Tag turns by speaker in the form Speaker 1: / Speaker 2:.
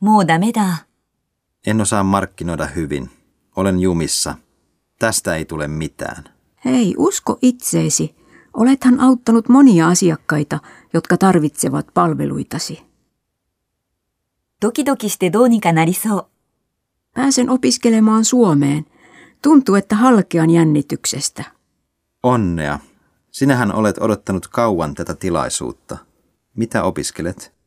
Speaker 1: もうダメだ。
Speaker 2: En osaa markkinoida hyvin. Olen jumissa. Tästä ei tule mitään.
Speaker 3: Hei, usko itseesi. Olethan auttanut monia asiakkaita, jotka tarvitsevat palveluitasi.
Speaker 1: ドキドキしてどうにかなりそう。
Speaker 3: Pääsen opiskelemaan Suomeen. Tuntuu, että halkean jännityksestä.
Speaker 2: Onnea. Sinähän olet odottanut kauan tätä tilaisuutta. Mitä opiskelet?